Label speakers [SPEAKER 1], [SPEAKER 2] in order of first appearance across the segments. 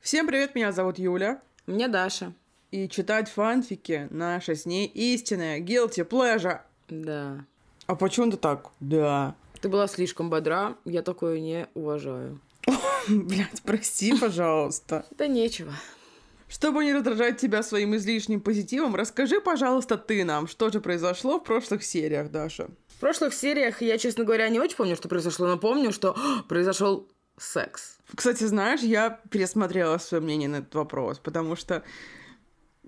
[SPEAKER 1] Всем привет, меня зовут Юля.
[SPEAKER 2] Мне Даша.
[SPEAKER 1] И читать фанфики наша с ней истинная guilty pleasure.
[SPEAKER 2] Да.
[SPEAKER 1] А почему ты так? Да.
[SPEAKER 2] Ты была слишком бодра, я такое не уважаю.
[SPEAKER 1] Блять, прости, пожалуйста.
[SPEAKER 2] Да нечего.
[SPEAKER 1] Чтобы не раздражать тебя своим излишним позитивом, расскажи, пожалуйста, ты нам, что же произошло в прошлых сериях, Даша.
[SPEAKER 2] В прошлых сериях я, честно говоря, не очень помню, что произошло, но помню, что произошел секс.
[SPEAKER 1] Кстати, знаешь, я пересмотрела свое мнение на этот вопрос, потому что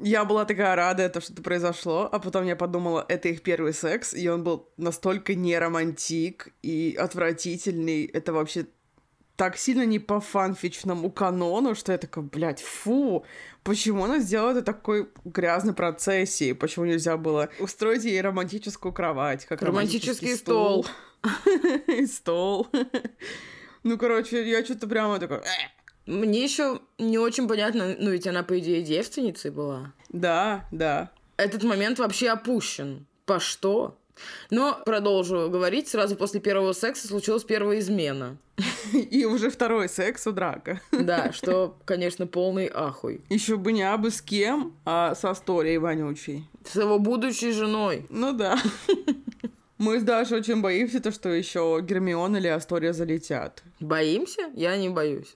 [SPEAKER 1] я была такая рада, это что-то произошло, а потом я подумала, это их первый секс, и он был настолько неромантик и отвратительный, это вообще так сильно не по фанфичному канону, что я такая, блядь, фу, почему она сделала это такой грязной процессией, почему нельзя было устроить ей романтическую кровать, как
[SPEAKER 2] Романтический стол.
[SPEAKER 1] И стол. Ну, короче, я что-то прямо такая... «Э».
[SPEAKER 2] Мне еще не очень понятно, ну ведь она, по идее, девственницей была.
[SPEAKER 1] Да, да.
[SPEAKER 2] Этот момент вообще опущен. По что? Но продолжу говорить. Сразу после первого секса случилась первая измена.
[SPEAKER 1] И уже второй секс у драка.
[SPEAKER 2] Да, что, конечно, полный ахуй.
[SPEAKER 1] Еще бы не абы с кем, а со историей вонючей.
[SPEAKER 2] С его будущей женой.
[SPEAKER 1] Ну да. Мы с Дашей очень боимся, то, что еще Гермион или Астория залетят.
[SPEAKER 2] Боимся? Я не боюсь.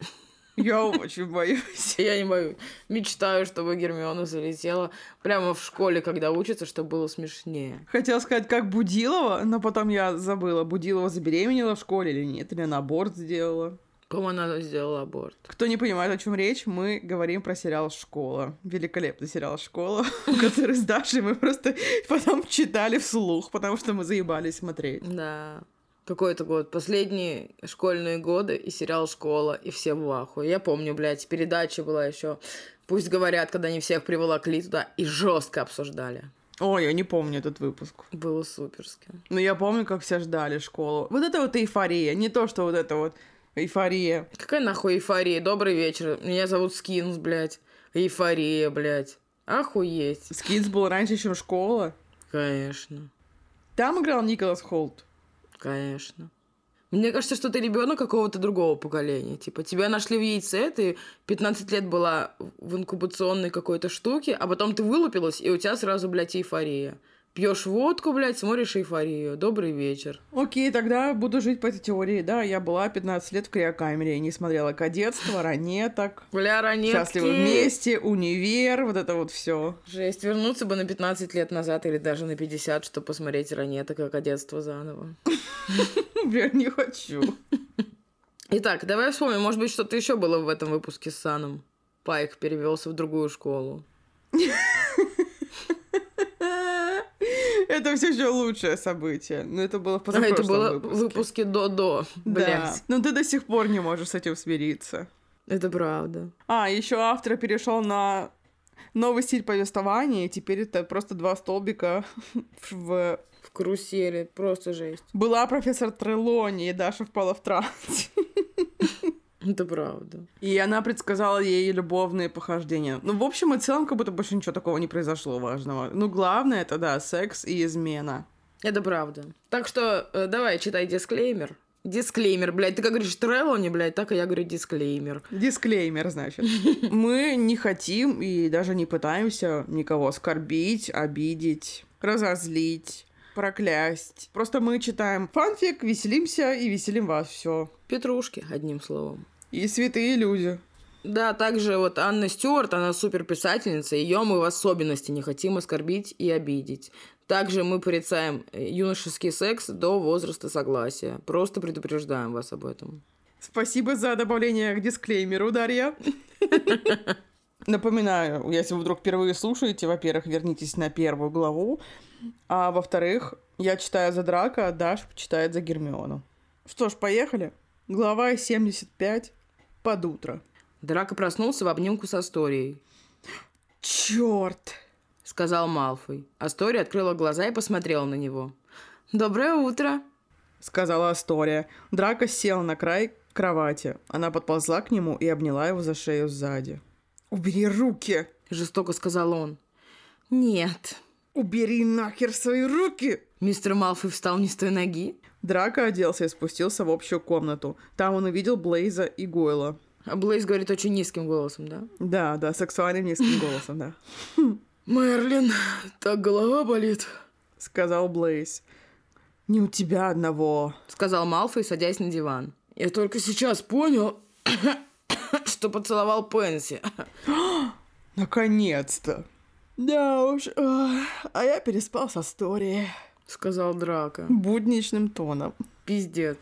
[SPEAKER 1] Я очень боюсь.
[SPEAKER 2] Я не боюсь. Мечтаю, чтобы Гермиона залетела прямо в школе, когда учится, чтобы было смешнее.
[SPEAKER 1] Хотела сказать, как Будилова, но потом я забыла, Будилова забеременела в школе или нет, или она аборт сделала.
[SPEAKER 2] Кому она сделала аборт?
[SPEAKER 1] Кто не понимает, о чем речь, мы говорим про сериал «Школа». Великолепный сериал «Школа», который с Дашей мы просто потом читали вслух, потому что мы заебались смотреть.
[SPEAKER 2] Да. Какой это год? Последние школьные годы и сериал «Школа», и все в ахуе. Я помню, блядь, передача была еще. Пусть говорят, когда они всех приволокли туда и жестко обсуждали.
[SPEAKER 1] Ой, я не помню этот выпуск.
[SPEAKER 2] Было суперски.
[SPEAKER 1] Но Ну, я помню, как все ждали школу. Вот это вот эйфория, не то, что вот это вот эйфория.
[SPEAKER 2] Какая нахуй эйфория? Добрый вечер. Меня зовут Скинс, блядь. Эйфория, блядь. Охуеть.
[SPEAKER 1] Скидс был раньше, чем школа.
[SPEAKER 2] Конечно.
[SPEAKER 1] Там играл Николас Холт.
[SPEAKER 2] Конечно. Мне кажется, что ты ребенок какого-то другого поколения. Типа, тебя нашли в яйце, ты 15 лет была в инкубационной какой-то штуке, а потом ты вылупилась, и у тебя сразу, блядь, эйфория. Пьешь водку, блядь, смотришь эйфорию. Добрый вечер.
[SPEAKER 1] Окей, тогда буду жить по этой теории. Да, я была 15 лет в криокамере, не смотрела «Кадетство», «Ранеток»,
[SPEAKER 2] Бля, ранетки.
[SPEAKER 1] «Счастливы вместе», «Универ», вот это вот все.
[SPEAKER 2] Жесть, вернуться бы на 15 лет назад или даже на 50, чтобы посмотреть ранеток и кадетство заново.
[SPEAKER 1] Бля, Ну, не хочу.
[SPEAKER 2] Итак, давай вспомним, может быть, что-то еще было в этом выпуске с Саном. Пайк перевелся в другую школу.
[SPEAKER 1] Это все еще лучшее событие. Но это было в
[SPEAKER 2] А это
[SPEAKER 1] позапрошлом
[SPEAKER 2] было в
[SPEAKER 1] выпуске.
[SPEAKER 2] выпуске до-до.
[SPEAKER 1] Да.
[SPEAKER 2] Блять.
[SPEAKER 1] Но ты до сих пор не можешь с этим смириться.
[SPEAKER 2] Это правда.
[SPEAKER 1] А, еще автор перешел на новый стиль повествования, и теперь это просто два столбика в...
[SPEAKER 2] В карусели. Просто жесть.
[SPEAKER 1] Была профессор Трелони, и Даша впала в транс.
[SPEAKER 2] Это правда.
[SPEAKER 1] И она предсказала ей любовные похождения. Ну, в общем и целом, как будто больше ничего такого не произошло важного. Ну, главное, это, да, секс и измена.
[SPEAKER 2] Это правда. Так что э, давай, читай дисклеймер. Дисклеймер, блядь. Ты как говоришь Трелони, блядь, так и я говорю дисклеймер.
[SPEAKER 1] Дисклеймер, значит. Мы не хотим и даже не пытаемся никого оскорбить, обидеть, разозлить, проклясть. Просто мы читаем фанфик, веселимся и веселим вас все.
[SPEAKER 2] Петрушки, одним словом.
[SPEAKER 1] И святые люди.
[SPEAKER 2] Да, также вот Анна Стюарт, она супер писательница, ее мы в особенности не хотим оскорбить и обидеть. Также мы порицаем э, юношеский секс до возраста согласия. Просто предупреждаем вас об этом.
[SPEAKER 1] Спасибо за добавление к дисклеймеру, Дарья. Напоминаю, если вы вдруг впервые слушаете, во-первых, вернитесь на первую главу, а во-вторых, я читаю за Драка, а Даша читает за Гермиону. Что ж, поехали. Глава 75. Под утро.
[SPEAKER 2] Драка проснулся в обнимку с Асторией,
[SPEAKER 1] Черт!
[SPEAKER 2] сказал Малфой. Астория открыла глаза и посмотрела на него. «Доброе утро!»
[SPEAKER 1] сказала Астория. Драка сел на край кровати. Она подползла к нему и обняла его за шею сзади. «Убери руки!»
[SPEAKER 2] — жестоко сказал он. «Нет».
[SPEAKER 1] «Убери нахер свои руки!»
[SPEAKER 2] Мистер Малфой встал не с той ноги.
[SPEAKER 1] Драко оделся и спустился в общую комнату. Там он увидел Блейза и Гойла.
[SPEAKER 2] А Блейз говорит очень низким голосом, да?
[SPEAKER 1] Да, да, сексуальным низким голосом, да.
[SPEAKER 2] Мерлин, так голова болит,
[SPEAKER 1] Сказал Блейз. Не у тебя одного.
[SPEAKER 2] сказал Малфой, садясь на диван. Я только сейчас понял, что поцеловал Пенси.
[SPEAKER 1] Наконец-то. Да уж. ах, А я переспал со Стори.
[SPEAKER 2] Сказал Драко.
[SPEAKER 1] Будничным тоном.
[SPEAKER 2] Пиздец.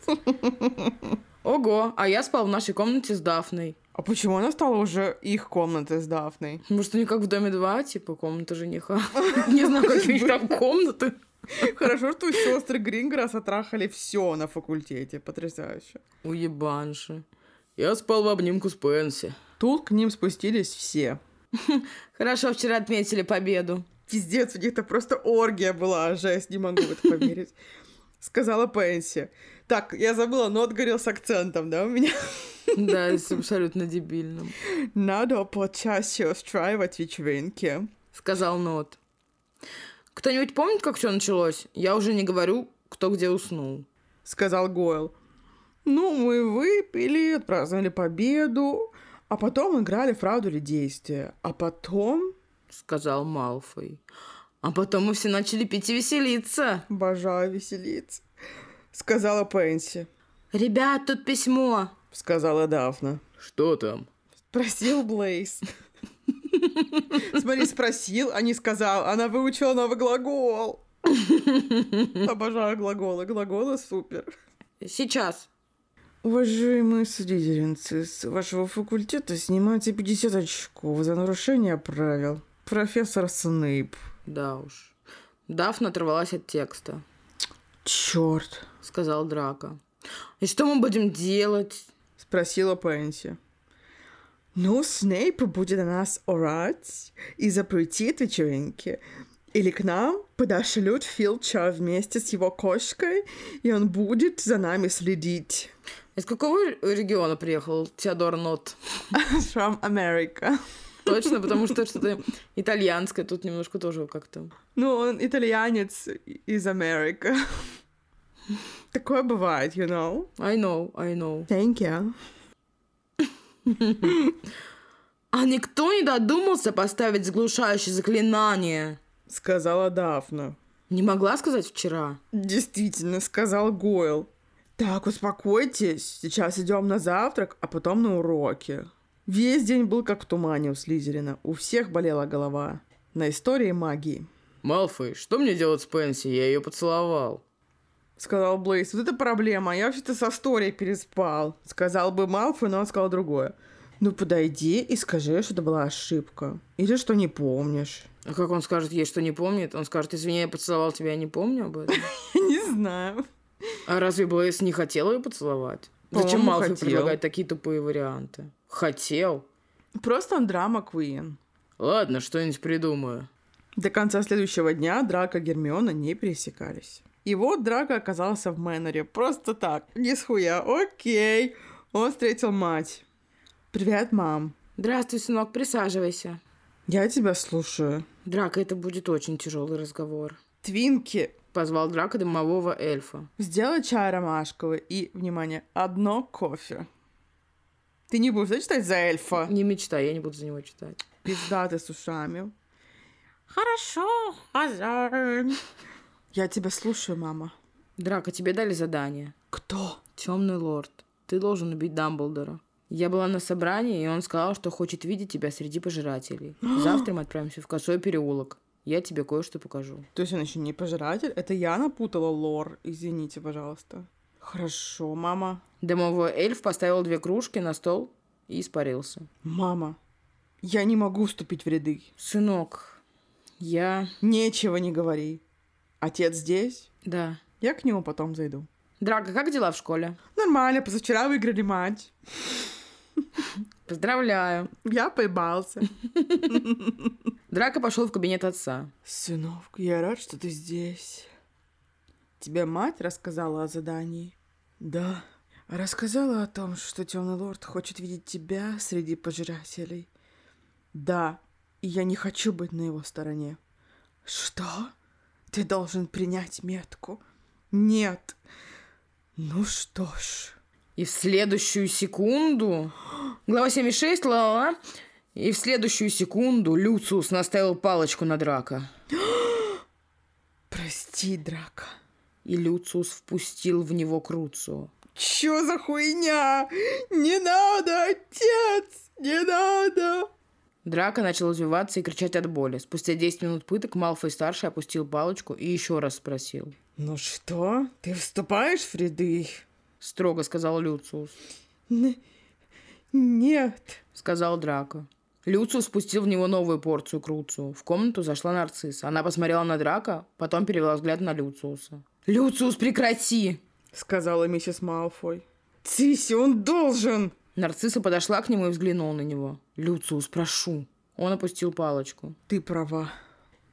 [SPEAKER 2] Ого, а я спал в нашей комнате с Дафной.
[SPEAKER 1] А почему она стала уже их комнатой с Дафной?
[SPEAKER 2] Может, у них как в доме 2, типа комната жениха. Не знаю, какие у них там комнаты.
[SPEAKER 1] Хорошо, что сестры Гринграсса трахали все на факультете. Потрясающе.
[SPEAKER 2] Уебанши. Я спал в обнимку с Пенси.
[SPEAKER 1] Тут к ним спустились все.
[SPEAKER 2] Хорошо, вчера отметили победу.
[SPEAKER 1] Пиздец, у них то просто оргия была, жесть, не могу в это поверить. Сказала Пенси. Так, я забыла, но говорил с акцентом, да, у меня?
[SPEAKER 2] Да, с абсолютно дебильным.
[SPEAKER 1] Надо почаще устраивать вечеринки.
[SPEAKER 2] Сказал Нот. Кто-нибудь помнит, как все началось? Я уже не говорю, кто где уснул.
[SPEAKER 1] Сказал Гойл. Ну, мы выпили, отпраздновали победу, а потом играли в правду или действие. А потом...
[SPEAKER 2] Сказал Малфой. А потом мы все начали пить и веселиться.
[SPEAKER 1] Обожаю веселиться. Сказала Пенси.
[SPEAKER 2] Ребят, тут письмо.
[SPEAKER 1] Сказала Дафна.
[SPEAKER 2] Что там?
[SPEAKER 1] Спросил Блейз. Смотри, спросил, а не сказал. Она выучила новый глагол. Обожаю глаголы. Глаголы супер.
[SPEAKER 2] Сейчас.
[SPEAKER 1] Уважаемые слизеринцы, с вашего факультета снимаете 50 очков за нарушение правил. Профессор Снейп.
[SPEAKER 2] Да уж. Дафна оторвалась от текста.
[SPEAKER 1] Черт.
[SPEAKER 2] Сказал Драко. И что мы будем делать?
[SPEAKER 1] Спросила Пенси. Ну, Снейп будет на нас орать и запретит вечеринки. Или к нам подошлют Филча вместе с его кошкой, и он будет за нами следить.
[SPEAKER 2] Из какого региона приехал Теодор Нот?
[SPEAKER 1] From America.
[SPEAKER 2] Точно, потому что что-то итальянское тут немножко тоже как-то.
[SPEAKER 1] Ну, он итальянец из Америки. Такое бывает, you know.
[SPEAKER 2] I know, I know.
[SPEAKER 1] Thank you.
[SPEAKER 2] А никто не додумался поставить заглушающее заклинание.
[SPEAKER 1] Сказала Дафна.
[SPEAKER 2] Не могла сказать вчера.
[SPEAKER 1] Действительно, сказал Гойл. Так, успокойтесь, сейчас идем на завтрак, а потом на уроки. Весь день был как в тумане у Слизерина. У всех болела голова. На истории магии.
[SPEAKER 2] Малфой, что мне делать с Пенси? Я ее поцеловал.
[SPEAKER 1] Сказал Блейс, вот это проблема, я вообще-то со историей переспал. Сказал бы Малфой, но он сказал другое. Ну подойди и скажи, что это была ошибка. Или что не помнишь.
[SPEAKER 2] А как он скажет ей, что не помнит? Он скажет, извини, я поцеловал тебя, я не помню об этом.
[SPEAKER 1] Я не знаю.
[SPEAKER 2] А разве Блейс не хотел ее поцеловать?
[SPEAKER 1] По-моему,
[SPEAKER 2] Зачем Малфой
[SPEAKER 1] хотел.
[SPEAKER 2] предлагает такие тупые варианты? Хотел.
[SPEAKER 1] Просто он драма Куин.
[SPEAKER 2] Ладно, что-нибудь придумаю.
[SPEAKER 1] До конца следующего дня Драка и Гермиона не пересекались. И вот Драка оказался в Мэноре. Просто так. Не с хуя. Окей. Он встретил мать. Привет, мам.
[SPEAKER 2] Здравствуй, сынок, присаживайся.
[SPEAKER 1] Я тебя слушаю.
[SPEAKER 2] Драка, это будет очень тяжелый разговор.
[SPEAKER 1] Твинки,
[SPEAKER 2] Позвал Драка домового эльфа.
[SPEAKER 1] Сделай чай ромашковый и, внимание, одно кофе. Ты не будешь да, читать за эльфа?
[SPEAKER 2] Не мечтай, я не буду за него читать.
[SPEAKER 1] Пиздатый с ушами. Хорошо, хозяин. Я тебя слушаю, мама.
[SPEAKER 2] Драка, тебе дали задание.
[SPEAKER 1] Кто?
[SPEAKER 2] Темный лорд, ты должен убить Дамблдора. Я была на собрании, и он сказал, что хочет видеть тебя среди пожирателей. Завтра мы отправимся в косой переулок. Я тебе кое-что покажу.
[SPEAKER 1] То есть он еще не пожиратель? Это я напутала лор. Извините, пожалуйста. Хорошо, мама.
[SPEAKER 2] Домовой эльф поставил две кружки на стол и испарился.
[SPEAKER 1] Мама, я не могу вступить в ряды.
[SPEAKER 2] Сынок, я...
[SPEAKER 1] Нечего не говори. Отец здесь?
[SPEAKER 2] Да.
[SPEAKER 1] Я к нему потом зайду.
[SPEAKER 2] Драка, как дела в школе?
[SPEAKER 1] Нормально, позавчера выиграли матч.
[SPEAKER 2] Поздравляю.
[SPEAKER 1] Я поебался.
[SPEAKER 2] Драка пошел в кабинет отца.
[SPEAKER 1] Сынок, я рад, что ты здесь. Тебе мать рассказала о задании? Да. Рассказала о том, что темный лорд хочет видеть тебя среди пожирателей. Да, и я не хочу быть на его стороне. Что? Ты должен принять метку. Нет. Ну что ж.
[SPEAKER 2] И в следующую секунду... Глава 76, ла-ла-ла. И в следующую секунду Люциус наставил палочку на Драка.
[SPEAKER 1] Прости, драка.
[SPEAKER 2] И Люциус впустил в него Круцио.
[SPEAKER 1] Чё за хуйня? Не надо, отец! Не надо!
[SPEAKER 2] Драка начал извиваться и кричать от боли. Спустя 10 минут пыток Малфой-старший опустил палочку и еще раз спросил.
[SPEAKER 1] Ну что, ты вступаешь в ряды?
[SPEAKER 2] Строго сказал Люциус.
[SPEAKER 1] Н- нет.
[SPEAKER 2] Сказал Драка. Люциус спустил в него новую порцию Круцио. В комнату зашла Нарцисса. Она посмотрела на Драка, потом перевела взгляд на Люциуса. «Люциус, прекрати!»
[SPEAKER 1] Сказала миссис Малфой. Циси, он должен!
[SPEAKER 2] Нарцисса подошла к нему и взглянула на него. «Люциус, прошу!» Он опустил палочку.
[SPEAKER 1] Ты права.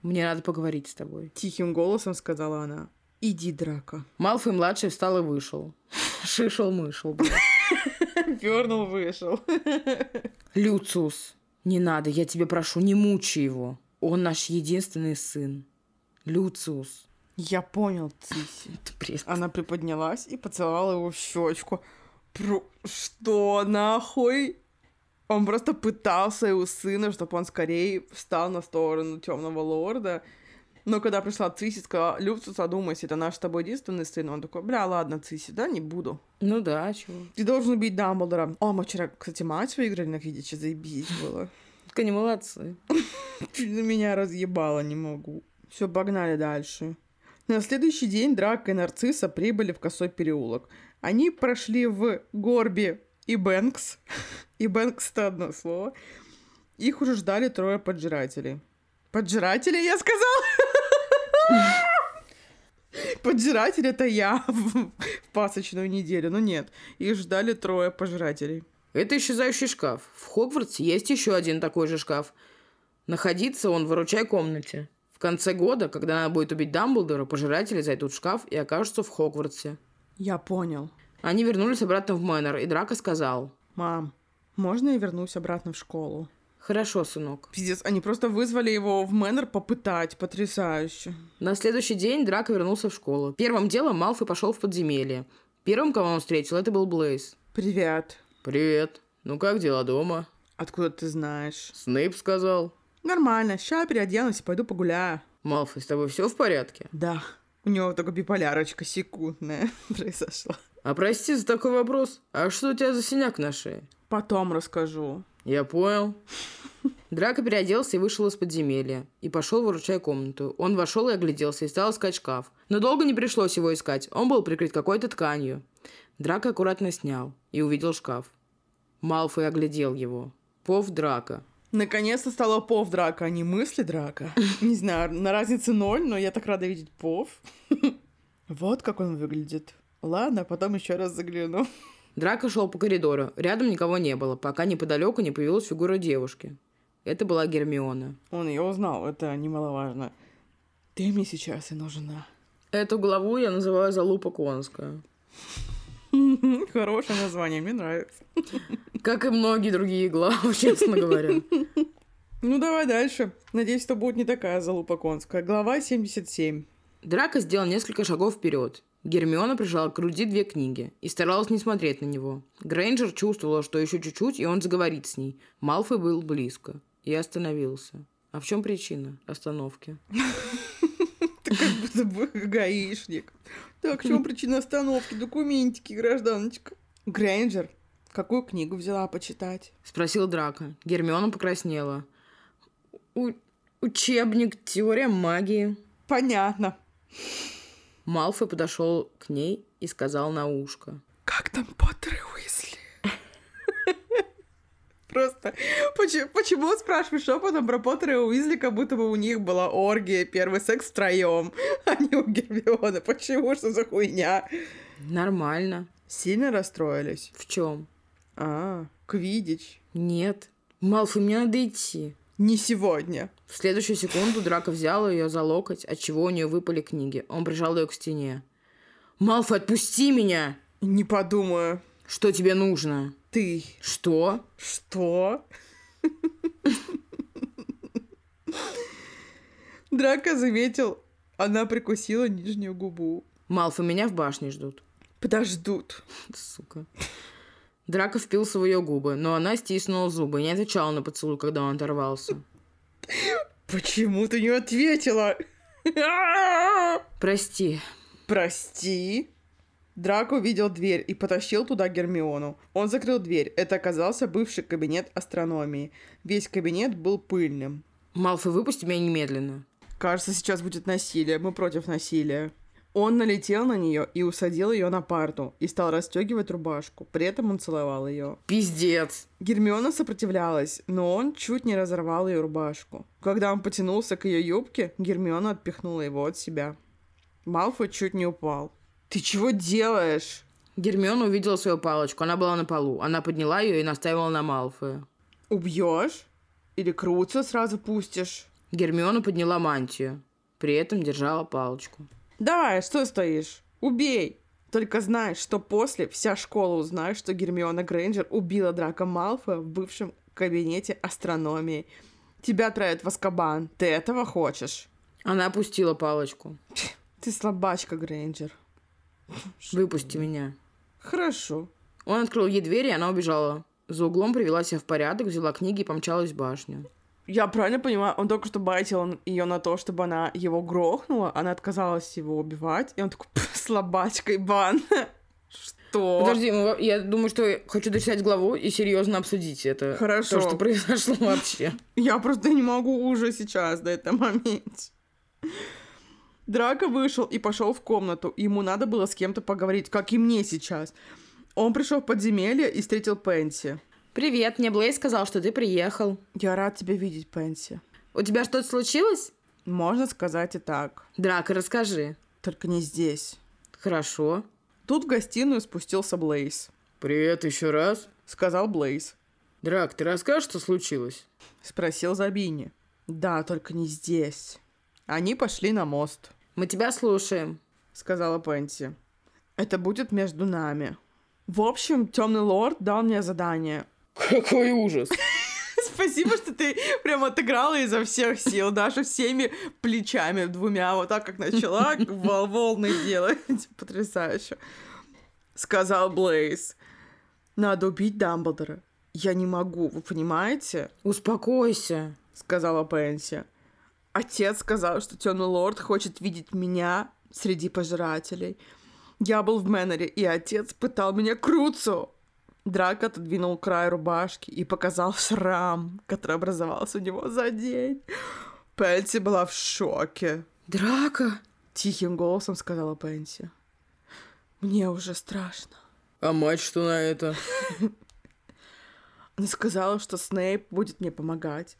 [SPEAKER 2] «Мне надо поговорить с тобой».
[SPEAKER 1] Тихим голосом сказала она. Иди, драка.
[SPEAKER 2] Малфой-младший встал и вышел. Шишел-мышел, блин.
[SPEAKER 1] Вернул, вышел.
[SPEAKER 2] Люциус, не надо, я тебя прошу, не мучи его. Он наш единственный сын. Люциус.
[SPEAKER 1] Я понял, Циси.
[SPEAKER 2] Это бред.
[SPEAKER 1] Она приподнялась и поцеловала его в щечку. Про... Что нахуй? Он просто пытался его сына, чтобы он скорее встал на сторону темного лорда. Но когда пришла Циси, сказала, Люциус, задумайся, это наш с тобой единственный сын. Он такой, бля, ладно, Циси, да, не буду.
[SPEAKER 2] Ну да, чего?
[SPEAKER 1] Ты должен убить Дамблдора. О, мы вчера, кстати, матч выиграли на Квиддиче, заебись было.
[SPEAKER 2] Так они молодцы.
[SPEAKER 1] Чуть на меня разъебало, не могу. Все, погнали дальше. На следующий день Драка и Нарцисса прибыли в Косой переулок. Они прошли в Горби и Бэнкс. И Бэнкс — это одно слово. Их уже ждали трое поджирателей. Поджиратели, я сказала? Поджиратель — это я в в пасочную неделю. Ну нет, их ждали трое пожирателей.
[SPEAKER 2] Это исчезающий шкаф. В Хогвартсе есть еще один такой же шкаф. Находится он в выручай комнате. В конце года, когда надо будет убить Дамблдора, пожиратели зайдут в шкаф и окажутся в Хогвартсе.
[SPEAKER 1] Я понял.
[SPEAKER 2] Они вернулись обратно в Мэннер, и Драко сказал.
[SPEAKER 1] Мам, можно я вернусь обратно в школу?
[SPEAKER 2] «Хорошо, сынок».
[SPEAKER 1] Пиздец, они просто вызвали его в Мэннер попытать. Потрясающе.
[SPEAKER 2] На следующий день Драко вернулся в школу. Первым делом Малфой пошел в подземелье. Первым, кого он встретил, это был Блейз.
[SPEAKER 1] Привет.
[SPEAKER 2] «Привет. Ну как дела дома?»
[SPEAKER 1] Откуда ты знаешь?
[SPEAKER 2] Снейп сказал.
[SPEAKER 1] Нормально, ща я переоденусь и пойду погуляю.
[SPEAKER 2] «Малфой, с тобой все в порядке?»
[SPEAKER 1] Да. У него только биполярочка секундная произошла.
[SPEAKER 2] А прости за такой вопрос. А что у тебя за синяк на шее?
[SPEAKER 1] Потом расскажу.
[SPEAKER 2] Я понял. Драко переоделся и вышел из подземелья. И пошел, выручая комнату. Он вошел и огляделся, и стал искать шкаф. Но долго не пришлось его искать. Он был прикрыт какой-то тканью. Драко аккуратно снял и увидел шкаф. Малфой оглядел его. Пов Драко.
[SPEAKER 1] Наконец-то стало пов драка, а не мысли драка. Не знаю, на разнице ноль, но я так рада видеть пов. Вот как он выглядит. Ладно, потом еще раз загляну.
[SPEAKER 2] Драко шел по коридору. Рядом никого не было, пока неподалеку не появилась фигура девушки. Это была Гермиона.
[SPEAKER 1] Он ее узнал, это немаловажно. Ты мне сейчас и нужна.
[SPEAKER 2] Эту главу я называю «Залупа конская».
[SPEAKER 1] Хорошее название, мне нравится.
[SPEAKER 2] Как и многие другие главы, честно говоря.
[SPEAKER 1] Ну, давай дальше. Надеюсь, что будет не такая залупа конская. Глава 77.
[SPEAKER 2] Драко сделал несколько шагов вперед. Гермиона прижала к груди две книги и старалась не смотреть на него. Грейнджер чувствовала, что еще чуть-чуть, и он заговорит с ней. Малфой был близко и остановился. А в чем причина остановки?
[SPEAKER 1] Ты как будто бы гаишник. Так, в чем причина остановки? Документики, гражданочка. Грейнджер, какую книгу взяла почитать?
[SPEAKER 2] Спросил Драко. Гермиона покраснела. «У- учебник «Теория магии».
[SPEAKER 1] Понятно.
[SPEAKER 2] Малфой подошел к ней и сказал на ушко.
[SPEAKER 1] Как там Поттер и Уизли? Просто почему, почему спрашиваешь шепотом про Поттера и Уизли, как будто бы у них была оргия, первый секс втроем, а не у Гермиона? Почему? Что за хуйня?
[SPEAKER 2] Нормально.
[SPEAKER 1] Сильно расстроились?
[SPEAKER 2] В чем?
[SPEAKER 1] А, Квидич.
[SPEAKER 2] Нет. Малфой, мне надо идти.
[SPEAKER 1] Не сегодня.
[SPEAKER 2] В следующую секунду Драко взял ее за локоть, отчего у нее выпали книги. Он прижал ее к стене. «Малфой, отпусти меня!»
[SPEAKER 1] Не подумаю.
[SPEAKER 2] «Что тебе нужно?»
[SPEAKER 1] Ты
[SPEAKER 2] «Что?»
[SPEAKER 1] Что? Драка заметил, она прикусила нижнюю губу.
[SPEAKER 2] «Малфой, меня в башне ждут».
[SPEAKER 1] Подождут.
[SPEAKER 2] Сука. Драко впился в ее губы, но она стиснула зубы и не отвечала на поцелуй, когда он оторвался.
[SPEAKER 1] Почему ты не ответила?
[SPEAKER 2] Прости.
[SPEAKER 1] Прости. Драко увидел дверь и потащил туда Гермиону. Он закрыл дверь. Это оказался бывший кабинет астрономии. Весь кабинет был пыльным.
[SPEAKER 2] Малфой, выпусти меня немедленно.
[SPEAKER 1] Кажется, сейчас будет насилие. Мы против насилия. Он налетел на нее и усадил ее на парту и стал расстегивать рубашку. При этом он целовал ее.
[SPEAKER 2] Пиздец.
[SPEAKER 1] Гермиона сопротивлялась, но он чуть не разорвал ее рубашку. Когда он потянулся к ее юбке, Гермиона отпихнула его от себя. Малфой чуть не упал. «Ты чего делаешь?»
[SPEAKER 2] Гермиона увидела свою палочку. Она была на полу. Она подняла ее и наставила на Малфоя.
[SPEAKER 1] «Убьешь? Или Круца сразу пустишь?»
[SPEAKER 2] Гермиона подняла мантию. При этом держала палочку.
[SPEAKER 1] Давай, что стоишь? Убей! Только знай, что после вся школа узнает, что Гермиона Грейнджер убила Драка Малфоя в бывшем кабинете астрономии. Тебя отправят в Аскабан. Ты этого хочешь?
[SPEAKER 2] Она опустила палочку.
[SPEAKER 1] Ты слабачка, Грейнджер.
[SPEAKER 2] Выпусти меня.
[SPEAKER 1] Хорошо.
[SPEAKER 2] Он открыл ей дверь, и она убежала. За углом привела себя в порядок, взяла книги и помчалась в башню.
[SPEAKER 1] Я правильно понимаю, он только что байтил ее на то, чтобы она его грохнула, она отказалась его убивать, и он такой, «Пф, слабачка, Иван. Что?
[SPEAKER 2] Подожди, мы во- я думаю, что я хочу дочитать главу и серьезно обсудить это.
[SPEAKER 1] Хорошо.
[SPEAKER 2] То, что произошло вообще.
[SPEAKER 1] Я просто не могу уже сейчас до этого момента. Драко вышел и пошел в комнату. Ему надо было с кем-то поговорить, как и мне сейчас. Он пришел в подземелье и встретил Пенси.
[SPEAKER 2] Привет, мне Блейз сказал, что ты приехал.
[SPEAKER 1] Я рад тебя видеть, Пенси.
[SPEAKER 2] У тебя что-то случилось?
[SPEAKER 1] Можно сказать и так,
[SPEAKER 2] Драка, расскажи.
[SPEAKER 1] только не здесь.
[SPEAKER 2] Хорошо.
[SPEAKER 1] Тут в гостиную спустился Блейз.
[SPEAKER 2] Привет еще раз.
[SPEAKER 1] Сказал Блейз.
[SPEAKER 2] Драк, ты расскажешь, что случилось?
[SPEAKER 1] Спросил Забини. Да, только не здесь. Они пошли на мост,
[SPEAKER 2] Мы тебя слушаем.
[SPEAKER 1] сказала Пенси. Это будет между нами. В общем, темный лорд дал мне задание.
[SPEAKER 2] Какой ужас.
[SPEAKER 1] Спасибо, что ты прям отыграла изо всех сил, даже всеми плечами двумя, вот так как начала вол- волны делать. Потрясающе. Сказал Блейз. Надо убить Дамблдора. Я не могу, вы понимаете?
[SPEAKER 2] Успокойся.
[SPEAKER 1] сказала Пенси. Отец сказал, что темный лорд хочет видеть меня среди пожирателей. Я был в Мэннере, и отец пытал меня Круцу. Драк отодвинул край рубашки и показал шрам, который образовался у него за день. Пенси была в шоке.
[SPEAKER 2] Драка.
[SPEAKER 1] Тихим голосом сказала Пенси. Мне уже страшно.
[SPEAKER 2] А мать что на это?
[SPEAKER 1] Она сказала, что Снейп будет мне помогать.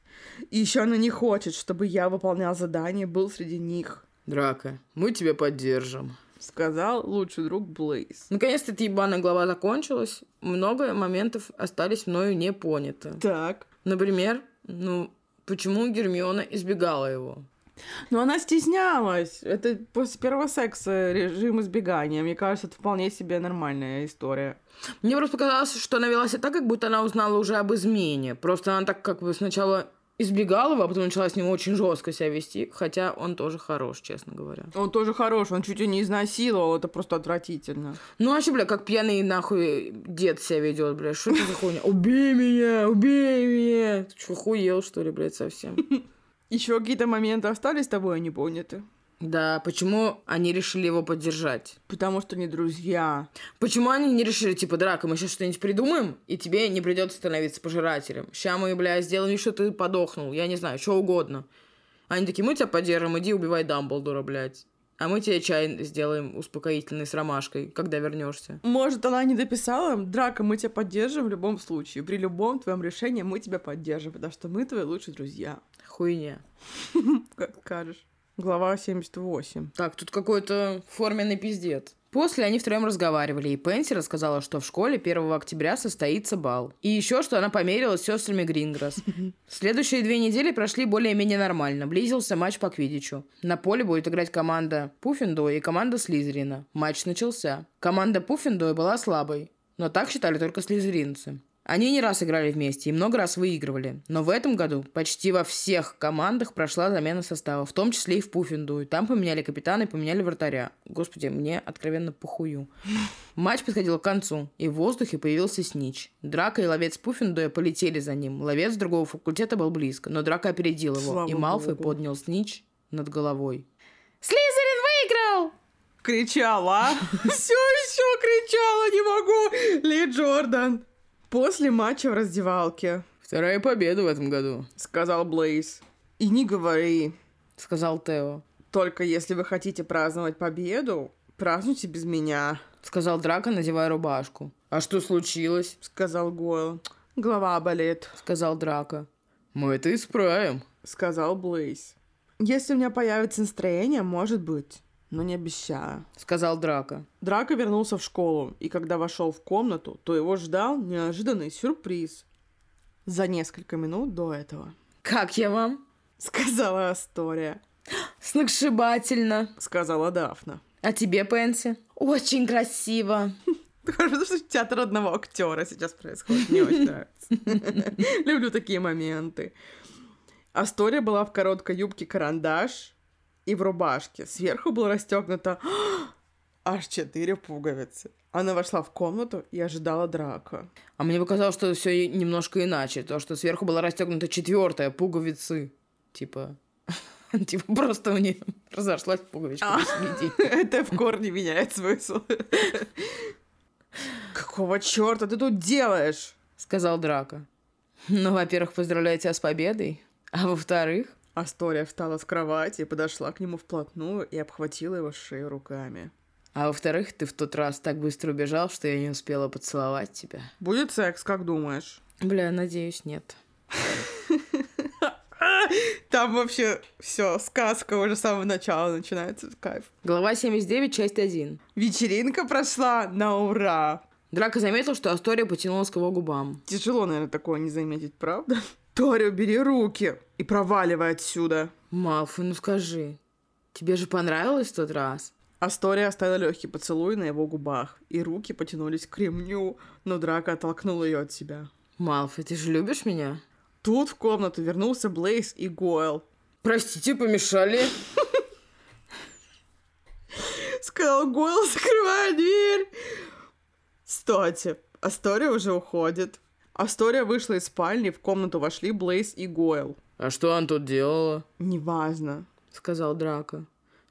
[SPEAKER 1] И еще она не хочет, чтобы я выполнял задание, был среди них.
[SPEAKER 2] Драка, мы тебя поддержим.
[SPEAKER 1] сказал лучший друг Блейз.
[SPEAKER 2] Наконец-то эта ебаная глава закончилась. Много моментов остались мною не поняты.
[SPEAKER 1] Так.
[SPEAKER 2] Например, ну, почему Гермиона избегала его?
[SPEAKER 1] Но Ну, она стеснялась. Это после первого секса режим избегания. Мне кажется, это вполне себе нормальная история.
[SPEAKER 2] Мне просто показалось, что она вела себя так, как будто она узнала уже об измене. Просто она так как бы сначала избегала его, а потом начала с ним очень жестко себя вести, хотя он тоже хорош, честно говоря.
[SPEAKER 1] Он тоже хорош, он чуть ее не изнасиловал, это просто отвратительно.
[SPEAKER 2] Ну вообще, бля, как пьяный нахуй дед себя ведет, бля, что это за хуйня? Убей меня, убей меня! Ты что, охуел, что ли, блядь, совсем?
[SPEAKER 1] Еще какие-то моменты остались с тобой, они поняты.
[SPEAKER 2] Да, почему они решили его поддержать?
[SPEAKER 1] Потому что не друзья.
[SPEAKER 2] Почему они не решили, типа, драка, мы сейчас что-нибудь придумаем, и тебе не придется становиться пожирателем. Ща мы, бля, сделаем, что ты подохнул, я не знаю, что угодно. Они такие, мы тебя поддержим, иди убивай Дамблдора, блядь. А мы тебе чай сделаем успокоительный с ромашкой, когда вернешься.
[SPEAKER 1] Может, она не дописала? Драка, мы тебя поддержим в любом случае. При любом твоем решении мы тебя поддержим, потому что мы твои лучшие друзья.
[SPEAKER 2] Хуйня.
[SPEAKER 1] Как скажешь. Глава 78.
[SPEAKER 2] Так, тут какой-то форменный пиздец. После они втроем разговаривали, и Пенси рассказала, что в школе 1 октября состоится бал. И еще, что она померилась с сестрами Гринграсс. Следующие две недели прошли более-менее нормально. Близился матч по Квидичу. На поле будет играть команда Пуффиндуя и команда Слизерина. Матч начался. Команда Пуффиндуя была слабой, но так считали только слизеринцы. Они не раз играли вместе и много раз выигрывали. Но в этом году почти во всех командах прошла замена состава, в том числе и в Пуффинду. И там поменяли капитана и поменяли вратаря. Господи, мне откровенно похую. Матч подходил к концу, и в воздухе появился Снич. Драка и ловец Пуффиндуя полетели за ним. Ловец другого факультета был близко, но Драка опередил его,
[SPEAKER 1] Слава
[SPEAKER 2] и Малфой
[SPEAKER 1] богу.
[SPEAKER 2] поднял Снич над головой. Слизерин выиграл!
[SPEAKER 1] кричала. Все еще кричала, не могу. Ли Джордан. После матча в раздевалке,
[SPEAKER 2] Вторая победа в этом году,
[SPEAKER 1] сказал Блейз. И не говори,
[SPEAKER 2] сказал Тео.
[SPEAKER 1] только если вы хотите праздновать победу, празднуйте без меня,
[SPEAKER 2] Сказал Драка, надевая рубашку. А что случилось?
[SPEAKER 1] сказал Гойл. Голова болит,
[SPEAKER 2] Сказал Драка. Мы это исправим.
[SPEAKER 1] сказал Блейз. Если у меня появится настроение, может быть, но не обещаю.
[SPEAKER 2] Сказал Драка.
[SPEAKER 1] Драко вернулся в школу, и когда вошел в комнату, то его ждал неожиданный сюрприз. За несколько минут до этого.
[SPEAKER 2] Как я вам?
[SPEAKER 1] Сказала Астория.
[SPEAKER 2] Сногсшибательно.
[SPEAKER 1] Сказала Дафна.
[SPEAKER 2] А тебе, Пенси? Очень красиво.
[SPEAKER 1] Хорошо, что театр одного актера сейчас происходит. Мне очень нравится. Люблю такие моменты. Астория была в короткой юбке карандаш и в рубашке. Сверху было расстегнуто аж четыре пуговицы. Она вошла в комнату и ожидала драка.
[SPEAKER 2] А мне показалось, что все немножко иначе. То, что сверху была расстегнута четвертая пуговицы. Типа... Типа просто у нее разошлась пуговичка
[SPEAKER 1] А.
[SPEAKER 2] посередине.
[SPEAKER 1] Это в корне меняет смысл. Какого черта ты тут делаешь?
[SPEAKER 2] Сказал Драка. Ну, во-первых, поздравляю тебя с победой. А во-вторых,
[SPEAKER 1] Астория встала с кровати, подошла к нему вплотную и обхватила его шею руками.
[SPEAKER 2] А во-вторых, ты в тот раз так быстро убежал, что я не успела поцеловать тебя.
[SPEAKER 1] Будет секс, как думаешь?
[SPEAKER 2] Бля, надеюсь, нет.
[SPEAKER 1] Там вообще все, сказка уже с самого начала начинается. Кайф.
[SPEAKER 2] Глава 79, часть 1.
[SPEAKER 1] Вечеринка прошла на ура.
[SPEAKER 2] Драка заметил, что Астория потянулась к его губам.
[SPEAKER 1] Тяжело, наверное, такое не заметить, правда? Торио, бери руки и проваливай отсюда.
[SPEAKER 2] Малфой, ну скажи, тебе же понравилось в тот раз?
[SPEAKER 1] Астория оставила легкий поцелуй на его губах, и руки потянулись к ремню, но Драка оттолкнул ее от себя.
[SPEAKER 2] Малфой, ты же любишь меня?
[SPEAKER 1] Тут в комнату вернулся Блейз и Гойл.
[SPEAKER 2] Простите, помешали.
[SPEAKER 1] Сказал Гойл, закрывая дверь. Стойте, Астория уже уходит. Астория вышла из спальни, в комнату вошли Блейз и Гойл.
[SPEAKER 2] А что она тут делала?
[SPEAKER 1] Неважно.
[SPEAKER 2] Сказал Драка.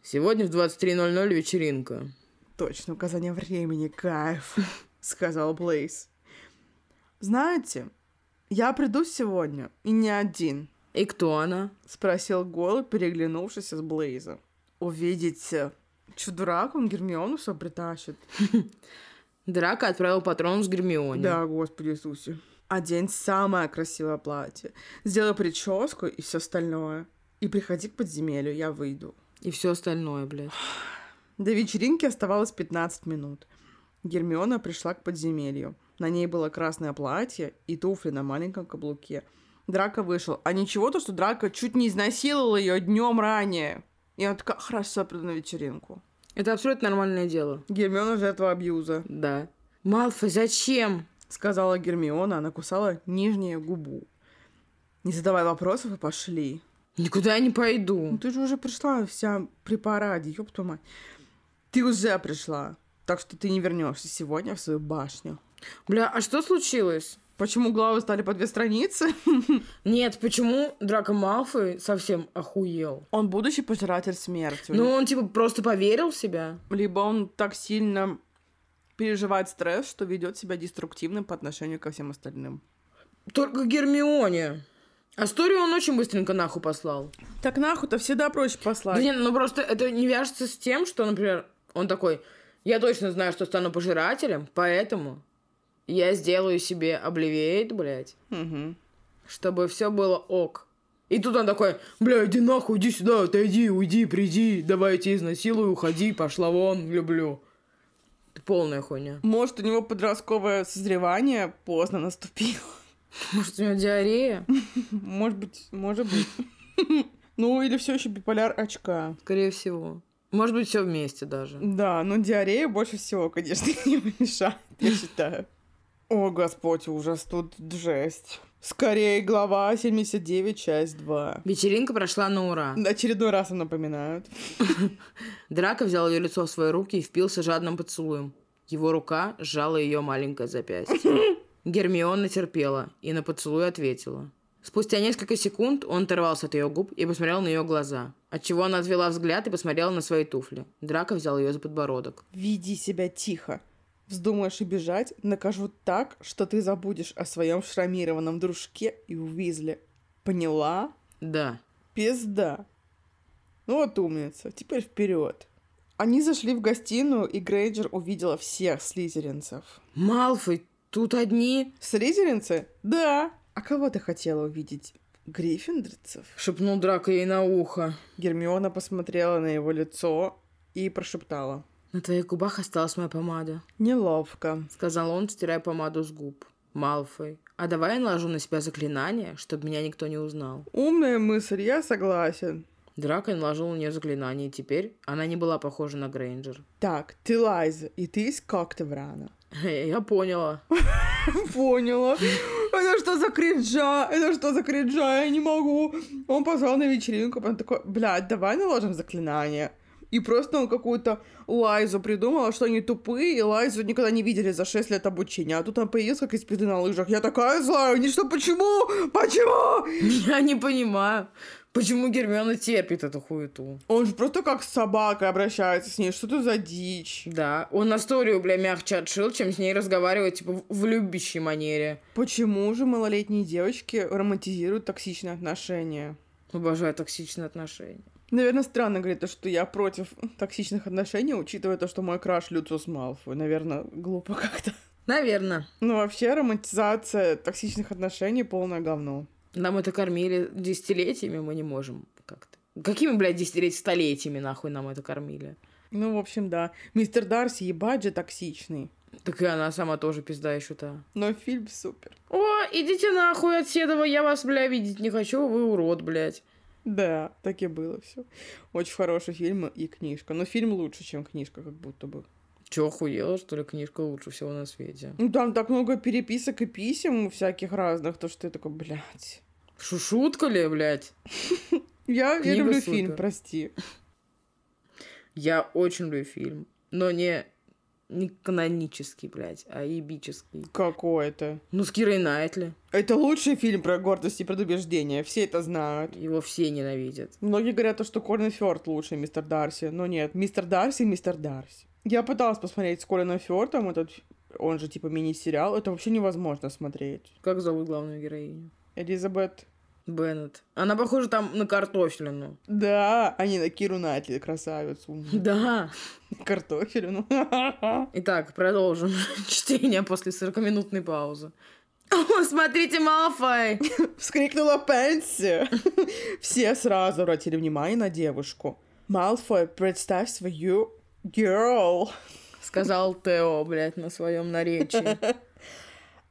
[SPEAKER 2] Сегодня в 23.00 вечеринка.
[SPEAKER 1] Точно, указание времени, кайф, сказал Блейз. Знаете, я приду сегодня, и не один,
[SPEAKER 2] И кто она?
[SPEAKER 1] спросил Гойл, переглянувшись с Блейзом. Увидите. Чё, дурак, он Гермиону все притащит?
[SPEAKER 2] Драка отправил патрон с Гермионе.
[SPEAKER 1] Да, Господи Иисусе. Одень самое красивое платье. Сделай прическу и все остальное. И приходи к подземелью, я выйду.
[SPEAKER 2] И все остальное, блядь.
[SPEAKER 1] До вечеринки оставалось 15 минут. Гермиона пришла к подземелью. На ней было красное платье и туфли на маленьком каблуке. Драка вышел. А ничего то, что Драка чуть не изнасиловала ее днем ранее. И она такая, хорошо, я приду на вечеринку.
[SPEAKER 2] Это абсолютно нормальное дело.
[SPEAKER 1] Гермиона жертва абьюза.
[SPEAKER 2] Да. Малфой, зачем?
[SPEAKER 1] сказала Гермиона, она кусала нижнюю губу. Не задавай вопросов и пошли.
[SPEAKER 2] Никуда я не
[SPEAKER 1] Ну
[SPEAKER 2] пойду.
[SPEAKER 1] ты же уже пришла вся при параде, ёб твою мать. Ты уже пришла, так что ты не вернешься сегодня в свою башню.
[SPEAKER 2] Бля, а что случилось?
[SPEAKER 1] Почему главы стали по две страницы?
[SPEAKER 2] Нет, почему Драко Малфой совсем охуел?
[SPEAKER 1] Он будущий пожиратель смерти.
[SPEAKER 2] Ну, он типа просто поверил в себя.
[SPEAKER 1] Либо он так сильно переживает стресс, что ведет себя деструктивным по отношению ко всем остальным.
[SPEAKER 2] Только Гермионе. А Асторию он очень быстренько нахуй послал.
[SPEAKER 1] Так нахуй-то всегда проще
[SPEAKER 2] Да
[SPEAKER 1] послать.
[SPEAKER 2] нет, ну просто это не вяжется с тем, что, например, он такой, я точно знаю, что стану пожирателем, поэтому я сделаю себе обливеет, блядь,
[SPEAKER 1] Мгм.
[SPEAKER 2] чтобы все было ок. И тут он такой, бля, иди нахуй, иди сюда, отойди, уйди, приди, давай я тебя изнасилую, уходи, пошла вон, люблю. Ты полная хуйня.
[SPEAKER 1] Может, у него подростковое созревание поздно наступило.
[SPEAKER 2] Может, у него диарея?
[SPEAKER 1] Может быть, может быть. Ну, или все еще биполяр очка.
[SPEAKER 2] Скорее всего. Может быть, все вместе даже.
[SPEAKER 1] ну, Да, но диарея больше всего, конечно, не мешает, я считаю. О, господь, ужас, тут жесть. Скорее, глава 79, часть 2.
[SPEAKER 2] Вечеринка прошла на ура.
[SPEAKER 1] На Очередной раз им напоминают.
[SPEAKER 2] Драко взял ее лицо в свои руки и впился жадным поцелуем. Его рука сжала ее маленькое запястье. Гермиона терпела и на поцелуй ответила. Спустя несколько секунд он оторвался от ее губ и посмотрел на ее глаза, отчего она отвела взгляд и посмотрела на свои туфли. Драко взял ее за подбородок.
[SPEAKER 1] Веди себя тихо. Вздумаешь убежать, накажу так, что ты забудешь о своем шрамированном дружке и увизле. Поняла?
[SPEAKER 2] Да.
[SPEAKER 1] Пизда. Ну вот умница, теперь вперед. Они зашли в гостиную, и Грейджер увидела всех слизеринцев.
[SPEAKER 2] Малфой, тут одни,
[SPEAKER 1] Слизеринцы? Да. А кого ты хотела увидеть? Гриффиндорцев?
[SPEAKER 2] шепнул Драко ей на ухо.
[SPEAKER 1] Гермиона посмотрела на его лицо и прошептала.
[SPEAKER 2] На твоих губах осталась моя помада,
[SPEAKER 1] Неловко.
[SPEAKER 2] сказал он, стирая помаду с губ. Малфой, а давай я наложу на себя заклинание, чтобы меня никто не узнал.
[SPEAKER 1] Умная мысль, я согласен.
[SPEAKER 2] Драко наложил на нее заклинание, и теперь она не была похожа на Грейнджер.
[SPEAKER 1] Так, ты Лайза, и ты из Коктеврана.
[SPEAKER 2] Я поняла.
[SPEAKER 1] Поняла. Это что за кринжа? Это что за кринжа? Я не могу. Он позвал на вечеринку, потом такой, блядь, давай наложим заклинание. И просто он какую-то Лайзу придумал, а что они тупые, и Лайзу никогда не видели за 6 лет обучения. А тут он появился, как из пизды на лыжах. Я такая злая, они что, почему? Почему?
[SPEAKER 2] Я не понимаю, почему Гермиона терпит эту хуету.
[SPEAKER 1] Он же просто как с собакой обращается с ней. Что это за дичь?
[SPEAKER 2] Да, он Асторию, бля, мягче отшил, чем с ней разговаривать, типа, в- в любящей манере.
[SPEAKER 1] Почему же малолетние девочки романтизируют токсичные отношения?
[SPEAKER 2] Обожаю токсичные отношения.
[SPEAKER 1] Наверное, странно говорить то, что я против токсичных отношений, учитывая то, что мой краш Люциус Малфой. Наверное, глупо как-то.
[SPEAKER 2] Наверное.
[SPEAKER 1] Но вообще романтизация токсичных отношений — полное говно.
[SPEAKER 2] Нам это кормили десятилетиями, мы не можем как-то. Какими, блядь, десятилетиями, столетиями, нахуй, нам это кормили?
[SPEAKER 1] Ну, в общем, да. Мистер Дарси ебать же токсичный.
[SPEAKER 2] Так и она сама тоже пизда еще та.
[SPEAKER 1] Но фильм супер.
[SPEAKER 2] О, идите нахуй от седова, я вас, бля, видеть не хочу, вы урод, блядь.
[SPEAKER 1] Да, так и было все. Очень хороший фильм и книжка. Но фильм лучше, чем книжка, как будто бы.
[SPEAKER 2] Че, охуела, что ли, книжка лучше всего на свете?
[SPEAKER 1] Ну, там так много переписок и писем всяких разных, то, что ты такой, блядь.
[SPEAKER 2] Шу- Шутка ли, блядь?
[SPEAKER 1] Я, я
[SPEAKER 2] Книга
[SPEAKER 1] люблю
[SPEAKER 2] супер.
[SPEAKER 1] фильм, прости.
[SPEAKER 2] Я очень люблю фильм, но не, не канонический, блядь, а ебический.
[SPEAKER 1] Какой это?
[SPEAKER 2] Ну, с Кирой Найтли.
[SPEAKER 1] Это лучший фильм про гордость и предубеждение. Все это знают.
[SPEAKER 2] Его все ненавидят.
[SPEAKER 1] Многие говорят, то, что Колин Фёрд лучше мистер Дарси. Но нет, мистер Дарси, мистер Дарси. Я пыталась посмотреть с Колином Фёртом этот, он же типа мини-сериал. Это вообще невозможно смотреть.
[SPEAKER 2] Как зовут главную героиню?
[SPEAKER 1] Элизабет.
[SPEAKER 2] Беннет. Она похожа там на картофелину.
[SPEAKER 1] Да, а не на Киру Найтли, красавицу.
[SPEAKER 2] Да.
[SPEAKER 1] Картофелину.
[SPEAKER 2] Итак, продолжим чтение после 40-минутной паузы. О, смотрите, Малфой!
[SPEAKER 1] Вскрикнула Пенси. Все сразу обратили внимание на девушку. Малфой, представь свою girl.
[SPEAKER 2] Сказал Тео, блядь, на своем наречии.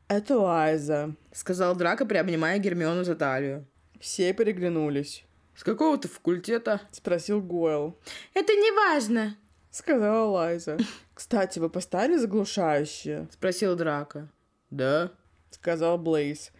[SPEAKER 1] Это Лайза.
[SPEAKER 2] Сказал Драко, приобнимая Гермиону за талию.
[SPEAKER 1] Все переглянулись.
[SPEAKER 2] С какого ты факультета?
[SPEAKER 1] Спросил Гойл.
[SPEAKER 2] Это не важно,
[SPEAKER 1] Сказала Лайза. Кстати, вы поставили заглушающее?
[SPEAKER 2] спросил Драко. Да.
[SPEAKER 1] Сказал Блейз.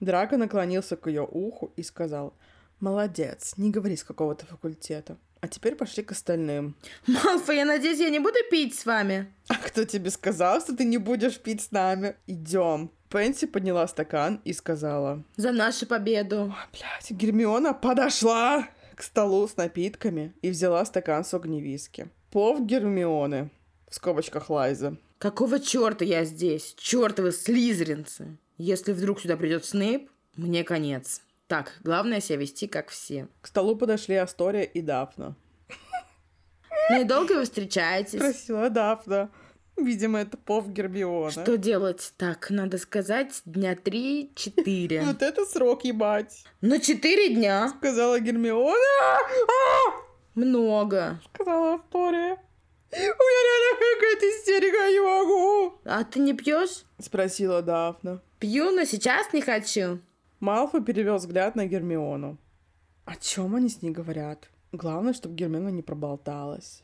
[SPEAKER 1] Драко наклонился к ее уху и сказал. Молодец, не говори с какого-то факультета. А теперь пошли к остальным.
[SPEAKER 2] Малфой, я надеюсь, я не буду пить с вами.
[SPEAKER 1] А кто тебе сказал, что ты не будешь пить с нами? Идем. Пенси подняла стакан и сказала.
[SPEAKER 2] За нашу победу.
[SPEAKER 1] «А, блядь, Гермиона подошла к столу с напитками и взяла стакан с огневиски. Пов Гермионы. В скобочках Лайза.
[SPEAKER 2] Какого черта я здесь? Чертовы слизеринцы. Если вдруг сюда придет Снейп, мне конец. Так, главное себя вести, как все.
[SPEAKER 1] К столу подошли Астория и Дафна.
[SPEAKER 2] Ну и долго вы встречаетесь?
[SPEAKER 1] Спросила Дафна. Видимо, это пов Гермиона.
[SPEAKER 2] Что делать? Так, надо сказать, дня три-четыре.
[SPEAKER 1] Вот это срок, ебать.
[SPEAKER 2] Ну, четыре дня.
[SPEAKER 1] Сказала Гермиона. «А!
[SPEAKER 2] Много.
[SPEAKER 1] А!» Сказала Астория. У меня реально какая-то истерика, я не могу.
[SPEAKER 2] А ты не пьешь?
[SPEAKER 1] Спросила Дафна.
[SPEAKER 2] Пью, но сейчас не хочу.
[SPEAKER 1] Малфой перевел взгляд на Гермиону. О чем они с ней говорят? Главное, чтобы Гермиона не проболталась.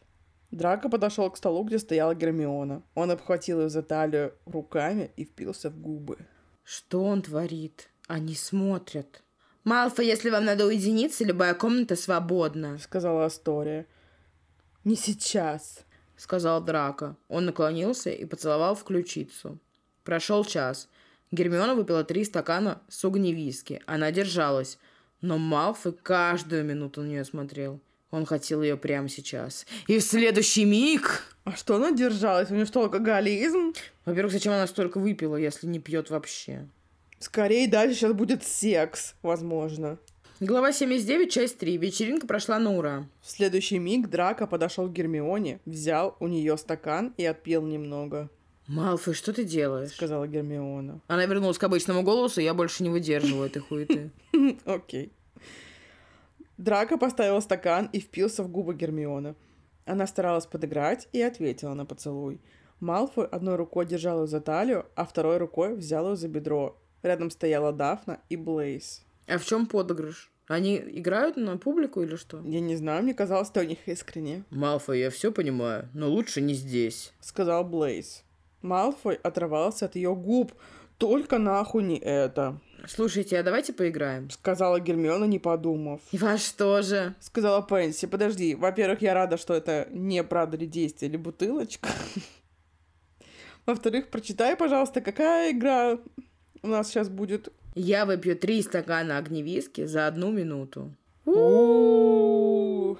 [SPEAKER 1] Драко подошел к столу, где стояла Гермиона. Он обхватил ее за талию руками и впился в губы.
[SPEAKER 2] Что он творит? Они смотрят. Малфа, если вам надо уединиться, любая комната свободна,
[SPEAKER 1] Сказала Астория. Не сейчас.
[SPEAKER 2] сказал Драко. Он наклонился и поцеловал в ключицу. Прошел час. Гермиона выпила три стакана с огневиски. Она держалась. Но Малфой каждую минуту на нее смотрел. Он хотел ее прямо сейчас. И в следующий миг...
[SPEAKER 1] А что она держалась? У нее что, алкоголизм?
[SPEAKER 2] Во-первых, зачем она столько выпила, если не пьет вообще?
[SPEAKER 1] Скорее дальше сейчас будет секс, возможно.
[SPEAKER 2] Глава 79, часть 3. Вечеринка прошла на ура.
[SPEAKER 1] В следующий миг Драко подошел к Гермионе, взял у нее стакан и отпил немного,
[SPEAKER 2] Малфой, что ты делаешь?
[SPEAKER 1] сказала Гермиона.
[SPEAKER 2] Она вернулась к обычному голосу, я больше не выдерживаю этой хуеты.
[SPEAKER 1] Окей. Драко поставил стакан и впился в губы Гермиона. Она старалась подыграть и ответила на поцелуй. Малфой одной рукой держал ее за талию, а второй рукой взял ее за бедро. Рядом стояла Дафна и Блейз.
[SPEAKER 2] А в чем подыгрыш? Они играют на публику или что?
[SPEAKER 1] Я не знаю, мне казалось, что у них искренне,
[SPEAKER 2] Малфой, я все понимаю, но лучше не здесь.
[SPEAKER 1] сказал Блейз. Малфой оторвался от ее губ. Только нахуй не это,
[SPEAKER 2] Слушайте, а давайте поиграем.
[SPEAKER 1] сказала Гермиона, не подумав.
[SPEAKER 2] И во что же?
[SPEAKER 1] Сказала Пенси, подожди, во-первых, я рада, что это не правда ли действие или бутылочка. Во-вторых, прочитай, пожалуйста, какая игра у нас сейчас будет.
[SPEAKER 2] Я выпью три стакана огневиски за одну минуту.
[SPEAKER 1] У-у-у.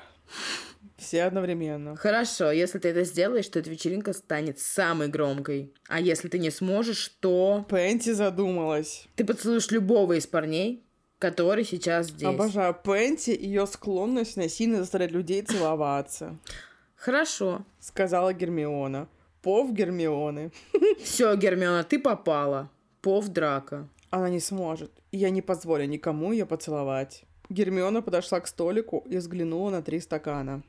[SPEAKER 1] Все одновременно.
[SPEAKER 2] Хорошо, если ты это сделаешь, то эта вечеринка станет самой громкой. А если ты не сможешь, то
[SPEAKER 1] Пенси задумалась.
[SPEAKER 2] ты поцелуешь любого из парней, который сейчас здесь.
[SPEAKER 1] Обожаю Пенси и ее склонность насильно заставлять людей целоваться,
[SPEAKER 2] Хорошо.
[SPEAKER 1] сказала Гермиона. Пов Гермионы.
[SPEAKER 2] Все, Гермиона, ты попала. Пов драка.
[SPEAKER 1] Она не сможет, и я не позволю никому ее поцеловать. Гермиона подошла к столику и взглянула на три стакана.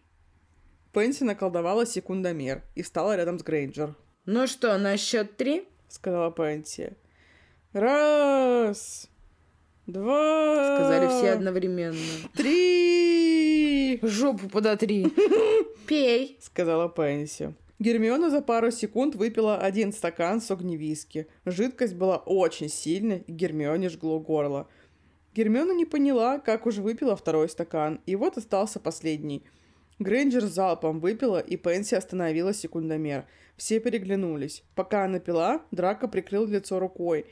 [SPEAKER 1] Пенси наколдовала секундомер и встала рядом с Грейнджер.
[SPEAKER 2] Ну что, на счет три?
[SPEAKER 1] Сказала Пенси. Раз, два,
[SPEAKER 2] Сказали все одновременно.
[SPEAKER 1] три,
[SPEAKER 2] Жопу подотри. Пей.
[SPEAKER 1] сказала Пенси. Гермиона за пару секунд выпила один стакан с огневиски. Жидкость была очень сильной, и Гермионе жгло горло. Гермиона не поняла, как уже выпила второй стакан, и вот остался последний. Грейнджер залпом выпила, и Пенси остановила секундомер. Все переглянулись. Пока она пила, Драко прикрыл лицо рукой.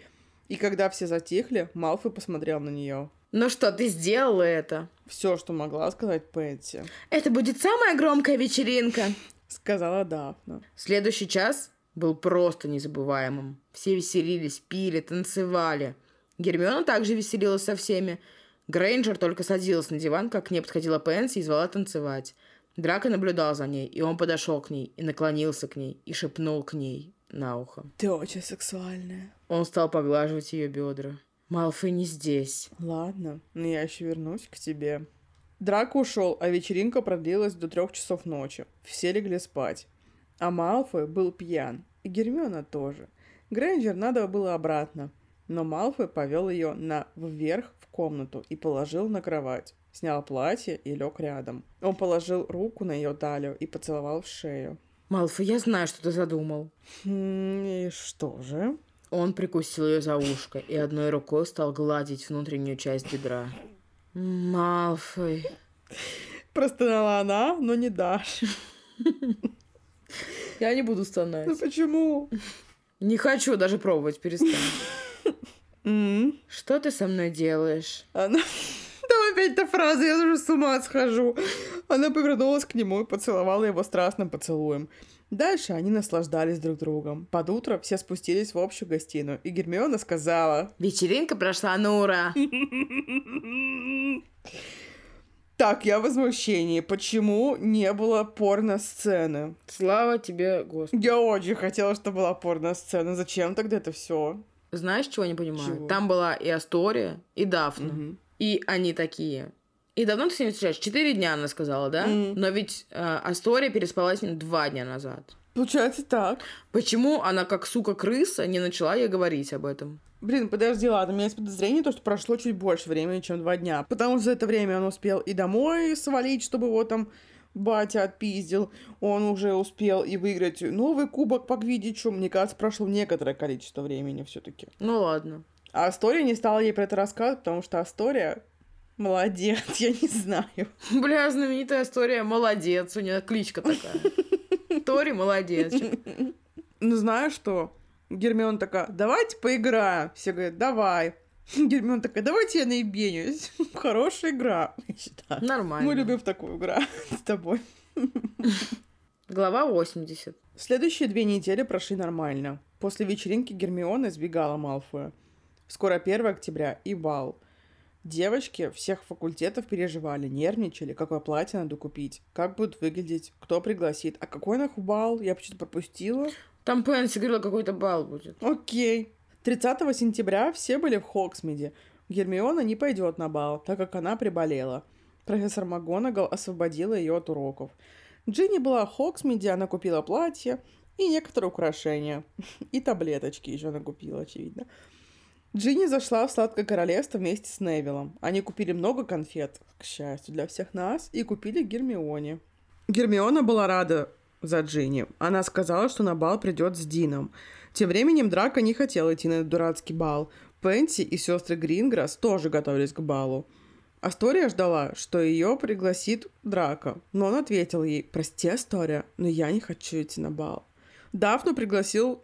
[SPEAKER 1] И когда все затихли, Малфой посмотрел на нее.
[SPEAKER 2] Ну что, ты сделала это?
[SPEAKER 1] Все, что могла сказать Пенси,
[SPEAKER 2] Это будет самая громкая вечеринка.
[SPEAKER 1] сказала Дафна.
[SPEAKER 2] Следующий час был просто незабываемым. Все веселились, пили, танцевали. Гермиона также веселилась со всеми. Грейнджер только садилась на диван, как к ней подходила Пенси и звала танцевать. Драко наблюдал за ней, и он подошел к ней, и наклонился к ней, и шепнул к ней на ухо.
[SPEAKER 1] Ты очень сексуальная.
[SPEAKER 2] Он стал поглаживать ее бедра. Малфой не здесь.
[SPEAKER 1] Ладно, но я еще вернусь к тебе. Драко ушел, а вечеринка продлилась до трех часов ночи. Все легли спать. А Малфой был пьян. И Гермиона тоже. Грэнджер надо было обратно. Но Малфой повел ее на вверх в комнату и положил на кровать. Снял платье и лег рядом. Он положил руку на ее талию и поцеловал в шею.
[SPEAKER 2] Малфой, я знаю, что ты задумал.
[SPEAKER 1] «Хм, И что же?
[SPEAKER 2] Он прикусил ее за ушко и одной рукой стал гладить внутреннюю часть бедра. Малфой.
[SPEAKER 1] Простонала она, но не дашь.
[SPEAKER 2] Я не буду
[SPEAKER 1] Ну
[SPEAKER 2] стонать.
[SPEAKER 1] почему?
[SPEAKER 2] Не хочу даже пробовать, перестань.
[SPEAKER 1] М.
[SPEAKER 2] Что ты со мной делаешь?
[SPEAKER 1] Она... Там опять эта фраза, я уже с ума схожу. Она повернулась к нему и поцеловала его страстным поцелуем. Дальше они наслаждались друг другом. Под утро все спустились в общую гостиную, и Гермиона сказала...
[SPEAKER 2] Вечеринка прошла на ура.
[SPEAKER 1] Так, я в возмущении. Почему не было порно-сцены?
[SPEAKER 2] Слава тебе, Господи.
[SPEAKER 1] Я очень хотела, чтобы была порно-сцена. Зачем тогда это все?
[SPEAKER 2] Знаешь, чего я не понимаю?
[SPEAKER 1] Чего?
[SPEAKER 2] Там была и Астория, и Дафна. И они такие. И давно ты с ним встречаешься? Четыре дня, она сказала, да?
[SPEAKER 1] Мгм.
[SPEAKER 2] Но ведь э, Астория переспала с ним два дня назад.
[SPEAKER 1] Получается так.
[SPEAKER 2] Почему она, как сука-крыса, не начала ей говорить об этом?
[SPEAKER 1] Блин, подожди, ладно, у меня есть подозрение, то, что прошло чуть больше времени, чем два дня. Потому что за это время он успел и домой свалить, чтобы его там батя отпиздил, он уже успел и выиграть новый кубок по Гвидичу. Мне кажется, прошло некоторое количество времени все таки
[SPEAKER 2] Ну ладно.
[SPEAKER 1] А Астория не стала ей про это рассказывать, потому что Астория молодец, я не знаю.
[SPEAKER 2] Бля, знаменитая история. Молодец. У нее кличка такая. Тори молодец.
[SPEAKER 1] Ну, знаю, что Гермион такая, давайте поиграем. Все говорят, давай. Гермион такая, давайте я наебенюсь. Хорошая игра, я считаю.
[SPEAKER 2] Нормально.
[SPEAKER 1] Мы любим в такую игру с тобой.
[SPEAKER 2] Глава 80.
[SPEAKER 1] Следующие две недели прошли нормально. После вечеринки Гермиона избегала Малфоя. Скоро 1 октября и бал. Девочки всех факультетов переживали, нервничали, какое платье надо купить, как будут выглядеть, кто пригласит. А какой нахуй бал? Я почему-то пропустила.
[SPEAKER 2] Там Пенси говорила, какой-то бал будет.
[SPEAKER 1] Окей. 30 сентября все были в Хоксмиде. Гермиона не пойдет на бал, так как она приболела. Профессор МакГонагал освободила ее от уроков. Джинни была в Хоксмиде, она купила платье и некоторые украшения. И таблеточки еще она купила, очевидно. Джинни зашла в сладкое королевство вместе с Невиллом. Они купили много конфет, к счастью, для всех нас, и купили Гермионе. Гермиона была рада за Джинни. Она сказала, что на бал придет с Дином. Тем временем Драко не хотел идти на этот дурацкий бал. Пенси и сестры Гринграсс тоже готовились к балу. Астория ждала, что ее пригласит Драко, но он ответил ей «Прости, Астория, но я не хочу идти на бал». Дафну пригласил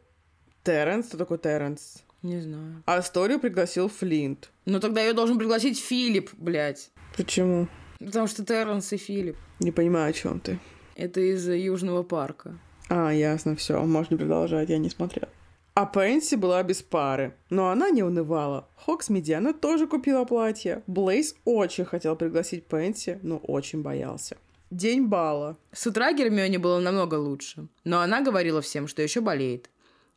[SPEAKER 1] Терренс. Кто такой Терренс?
[SPEAKER 2] Не знаю.
[SPEAKER 1] А Асторию пригласил Флинт.
[SPEAKER 2] Но тогда ее должен пригласить Филипп, блядь.
[SPEAKER 1] Почему?
[SPEAKER 2] Потому что Терренс и Филипп.
[SPEAKER 1] Не понимаю, о чем ты.
[SPEAKER 2] Это из э, Южного парка.
[SPEAKER 1] А, ясно, все, можно продолжать, я не смотрел. А Пенси была без пары, но она не унывала. Хокс Медиана тоже купила платье. Блейз очень хотел пригласить Пенси, но очень боялся. День бала.
[SPEAKER 2] С утра Гермионе было намного лучше, но она говорила всем, что еще болеет.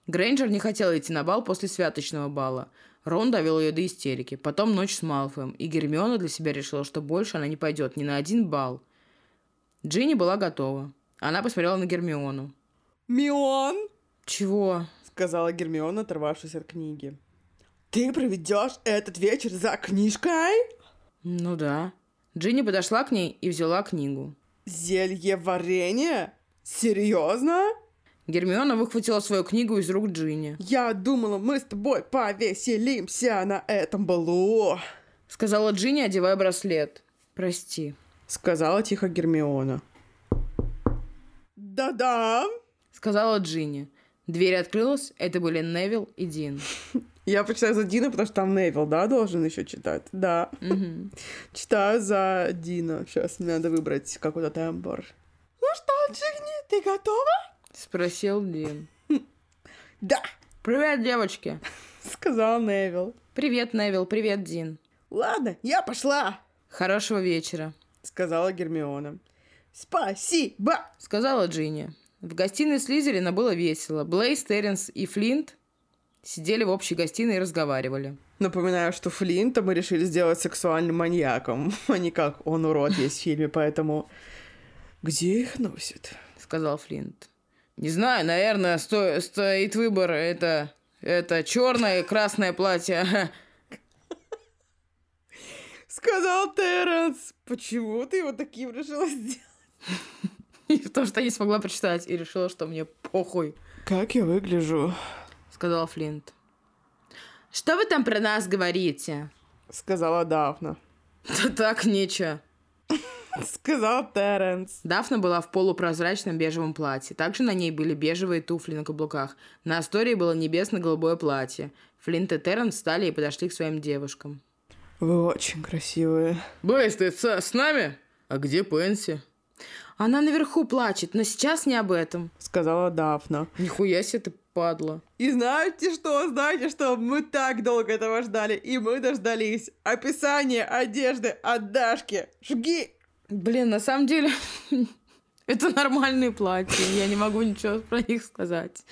[SPEAKER 2] Грейнджер не хотела идти на бал после святочного бала. Рон довел ее до истерики, потом ночь с Малфоем, и Гермиона для себя решила, что больше она не пойдет ни на один бал. Джинни была готова. Она посмотрела на Гермиону.
[SPEAKER 1] «Мион!»
[SPEAKER 2] Чего?
[SPEAKER 1] — сказала Гермиона, оторвавшись от книги. «Ты проведешь этот вечер за книжкой?»
[SPEAKER 2] Ну да. Джинни подошла к ней и взяла книгу.
[SPEAKER 1] «Зелье варенье? Серьезно?»
[SPEAKER 2] Гермиона выхватила свою книгу из рук Джинни.
[SPEAKER 1] «Я думала, мы с тобой повеселимся на этом балу!»
[SPEAKER 2] Сказала Джинни, одевая браслет. Прости.
[SPEAKER 1] Сказала тихо Гермиона. «Да-да!»
[SPEAKER 2] Сказала Джинни. Дверь открылась, это были Невил и Дин.
[SPEAKER 1] Я почитаю за Дина, потому что там Невил, да, должен еще читать? Да.
[SPEAKER 2] Мгм.
[SPEAKER 1] Читаю за Дина. Сейчас мне надо выбрать какой-то тембр. Ну что, Джигни, ты готова?
[SPEAKER 2] Спросил Дин.
[SPEAKER 1] Да,
[SPEAKER 2] Привет, девочки.
[SPEAKER 1] сказал Невил.
[SPEAKER 2] Привет, Невил. Привет, Дин.
[SPEAKER 1] Ладно, я пошла,
[SPEAKER 2] Хорошего вечера.
[SPEAKER 1] сказала Гермиона. Спасибо!
[SPEAKER 2] Сказала Джинни. В гостиной Слизерина было весело. Блейз, Терренс и Флинт сидели в общей гостиной и разговаривали.
[SPEAKER 1] Напоминаю, что Флинта мы решили сделать сексуальным маньяком, а не как он урод есть в фильме, поэтому... Где их носит?
[SPEAKER 2] Сказал Флинт. Не знаю, наверное, сто- стоит выбор. Это, это черное и красное платье.
[SPEAKER 1] Сказал Терренс. Почему ты его таким решила сделать?
[SPEAKER 2] И Потому что я не смогла прочитать и решила, что мне похуй.
[SPEAKER 1] Как я выгляжу?
[SPEAKER 2] Сказал Флинт. Что вы там про нас говорите?
[SPEAKER 1] Сказала Дафна.
[SPEAKER 2] Да так нечего.
[SPEAKER 1] Сказал Терренс.
[SPEAKER 2] Дафна была в полупрозрачном бежевом платье. Также на ней были бежевые туфли на каблуках. На Астории было небесно-голубое платье. Флинт и Терренс встали и подошли к своим девушкам.
[SPEAKER 1] Вы очень красивые.
[SPEAKER 2] Бейс, ты с, нами? А где Пенси? Она наверху плачет, но сейчас не об этом.
[SPEAKER 1] Сказала Дафна.
[SPEAKER 2] Нихуя себе ты падла.
[SPEAKER 1] И знаете что, знаете что, мы так долго этого ждали, и мы дождались. Описание одежды от Дашки. Жги!
[SPEAKER 2] Блин, на самом деле, это нормальные платья. Я не могу ничего про них сказать.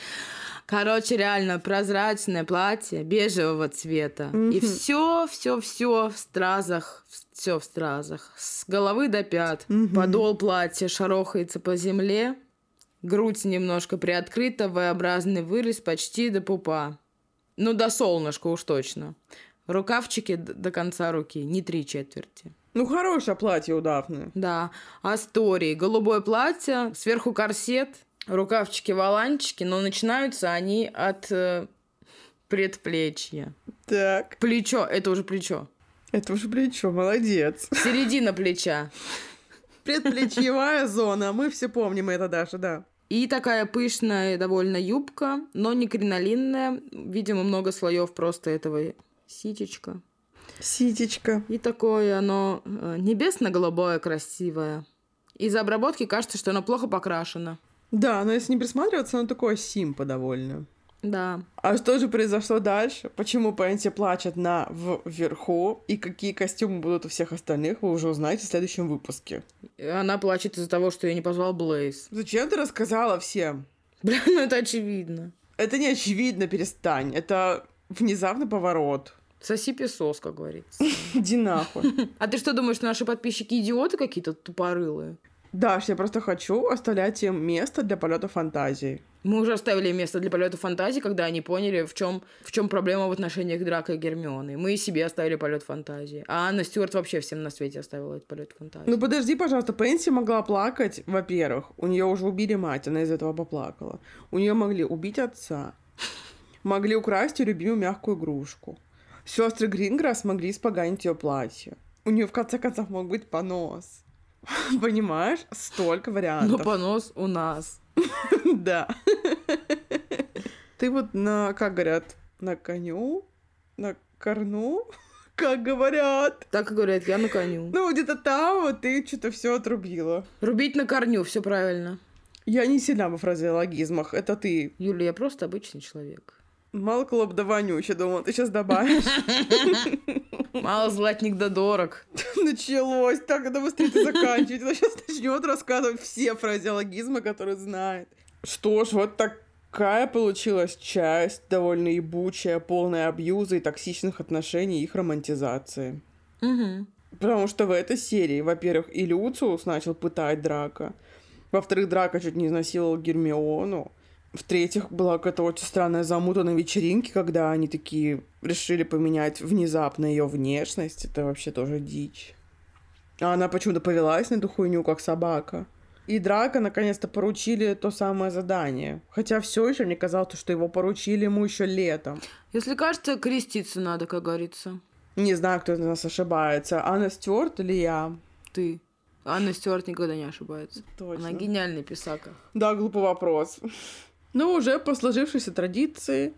[SPEAKER 2] Короче, реально, прозрачное платье бежевого цвета. И
[SPEAKER 1] Мгм.
[SPEAKER 2] все, все, все в стразах. Все в стразах. С головы до пят.
[SPEAKER 1] Мгм.
[SPEAKER 2] Подол платья шарохается по земле. Грудь немножко приоткрыта, V-образный вырез почти до пупа. Ну, до солнышка уж точно. Рукавчики д- до конца руки, не три четверти.
[SPEAKER 1] Ну, хорошее платье у Дафны.
[SPEAKER 2] Да, Астории. Голубое платье, сверху корсет, рукавчики-валанчики, но начинаются они от э, предплечья.
[SPEAKER 1] Так.
[SPEAKER 2] Плечо, это уже плечо.
[SPEAKER 1] Это уже плечо, молодец.
[SPEAKER 2] Середина плеча.
[SPEAKER 1] Предплечьевая зона, мы все помним это, Даша, да.
[SPEAKER 2] И такая пышная довольно юбка, но не кринолинная. Видимо, много слоев просто этого ситечка.
[SPEAKER 1] Ситечка.
[SPEAKER 2] И такое оно э, небесно-голубое, красивое. Из-за обработки кажется, что оно плохо покрашено.
[SPEAKER 1] Да, но если не присматриваться, оно такое симпа довольно.
[SPEAKER 2] Да.
[SPEAKER 1] А что же произошло дальше? Почему Пенси плачет на вверху? И какие костюмы будут у всех остальных, вы уже узнаете в следующем выпуске.
[SPEAKER 2] И Она плачет из-за того, что я не позвал Блейз.
[SPEAKER 1] Зачем ты рассказала всем?
[SPEAKER 2] Бля, ну это очевидно.
[SPEAKER 1] Это не очевидно, перестань. Это внезапный поворот.
[SPEAKER 2] Соси песос, как говорится.
[SPEAKER 1] Иди нахуй.
[SPEAKER 2] А ты что думаешь, наши подписчики идиоты какие-то тупорылые?
[SPEAKER 1] Даш, я просто хочу оставлять им место для полета фантазии.
[SPEAKER 2] Мы уже оставили место для полета фантазии, когда они поняли, в чем в чем проблема в отношениях Драка и Гермионы. Мы и себе оставили полет фантазии. А Анна Стюарт вообще всем на свете оставила этот полет фантазии.
[SPEAKER 1] Ну подожди, пожалуйста, Пенси могла плакать, во-первых, у нее уже убили мать, она из этого поплакала. У нее могли убить отца, могли украсть ее любимую мягкую игрушку. Сестры Грингра смогли испоганить ее платье. У нее в конце концов мог быть понос. Понимаешь? Столько
[SPEAKER 2] Но
[SPEAKER 1] вариантов.
[SPEAKER 2] Ну, понос у нас.
[SPEAKER 1] Да. Ты вот на, как говорят, на коню, на корну, как говорят.
[SPEAKER 2] Так и говорят, я на коню.
[SPEAKER 1] Ну, где-то там вот ты что-то все отрубила.
[SPEAKER 2] Рубить на корню, все правильно.
[SPEAKER 1] Я не сильна во фразеологизмах, это ты.
[SPEAKER 2] Юля, я просто обычный человек.
[SPEAKER 1] Мало клоп да вонючий, думала, ты сейчас добавишь.
[SPEAKER 2] Мало златник да дорог.
[SPEAKER 1] Началось, так, надо быстрее это заканчивать. Она сейчас начнет рассказывать все фразеологизмы, которые знает. Что ж, вот такая получилась часть, довольно ебучая, полная абьюза и токсичных отношений и их романтизации.
[SPEAKER 2] Угу.
[SPEAKER 1] Потому что в этой серии, во-первых, и Люциус начал пытать Драка. Во-вторых, Драка чуть не изнасиловал Гермиону. В-третьих, была какая-то очень странная замута на вечеринке, когда они такие решили поменять внезапно ее внешность. Это вообще тоже дичь. А она почему-то повелась на эту хуйню, как собака. И Драка наконец-то поручили то самое задание. Хотя все еще мне казалось, что его поручили ему еще летом.
[SPEAKER 2] Если кажется, креститься надо, как говорится.
[SPEAKER 1] Не знаю, кто из нас ошибается. Анна Стюарт или я?
[SPEAKER 2] Ты. Анна Стюарт никогда не ошибается.
[SPEAKER 1] Точно.
[SPEAKER 2] Она гениальный писака.
[SPEAKER 1] Да, глупый вопрос. Но Ну, уже по сложившейся традиции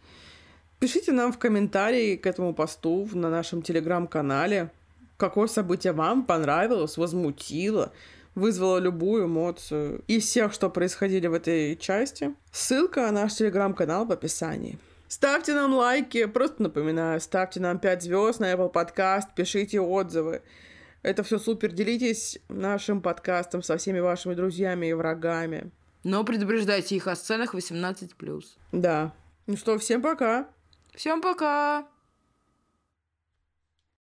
[SPEAKER 1] пишите нам в комментарии к этому посту в- на нашем телеграм-канале, какое событие вам понравилось, возмутило, вызвало любую эмоцию из всех, что происходили в этой части. Ссылка на наш телеграм-канал в описании. Ставьте нам лайки, просто напоминаю, ставьте нам 5 звезд на Apple Podcast, пишите отзывы. Это все супер, делитесь нашим подкастом со всеми вашими друзьями и врагами.
[SPEAKER 2] Но предупреждайте их о сценах 18+.
[SPEAKER 1] Да. Ну что, всем пока.
[SPEAKER 2] Всем пока!